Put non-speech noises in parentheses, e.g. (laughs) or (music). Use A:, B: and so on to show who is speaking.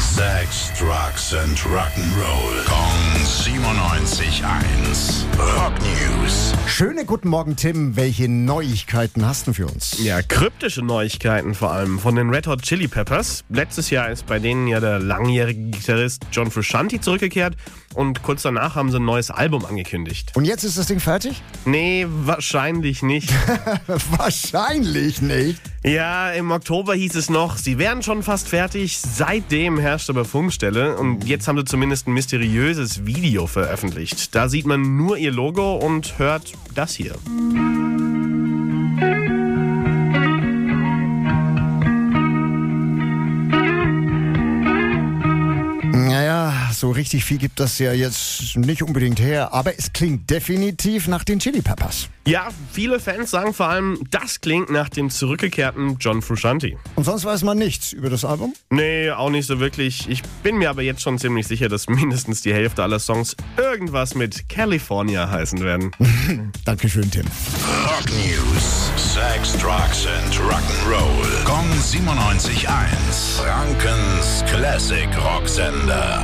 A: Sex, Drugs and Rock'n'Roll. Kong 97.1. Rock News.
B: Schöne guten Morgen, Tim. Welche Neuigkeiten hast du für uns?
C: Ja, kryptische Neuigkeiten vor allem von den Red Hot Chili Peppers. Letztes Jahr ist bei denen ja der langjährige Gitarrist John Frusciante zurückgekehrt und kurz danach haben sie ein neues Album angekündigt.
B: Und jetzt ist das Ding fertig? (laughs)
C: Nee, wahrscheinlich nicht.
B: Wahrscheinlich nicht.
C: ja, im Oktober hieß es noch, sie wären schon fast fertig. Seitdem herrscht aber Funkstelle und jetzt haben sie zumindest ein mysteriöses Video veröffentlicht. Da sieht man nur ihr Logo und hört das hier.
B: Naja, so richtig viel gibt das ja jetzt nicht unbedingt her, aber es klingt definitiv nach den Chili Peppers.
C: Ja, viele Fans sagen vor allem, das klingt nach dem zurückgekehrten John Frusciante.
B: Und sonst weiß man nichts über das Album.
C: Nee, auch nicht so wirklich. Ich bin mir aber jetzt schon ziemlich sicher, dass mindestens die Hälfte aller Songs irgendwas mit California heißen werden.
B: Dankeschön, Tim.
A: Rock News. Sex, Drugs and Rock'n'Roll. Kong 97.1. Frankens Classic Rocksender.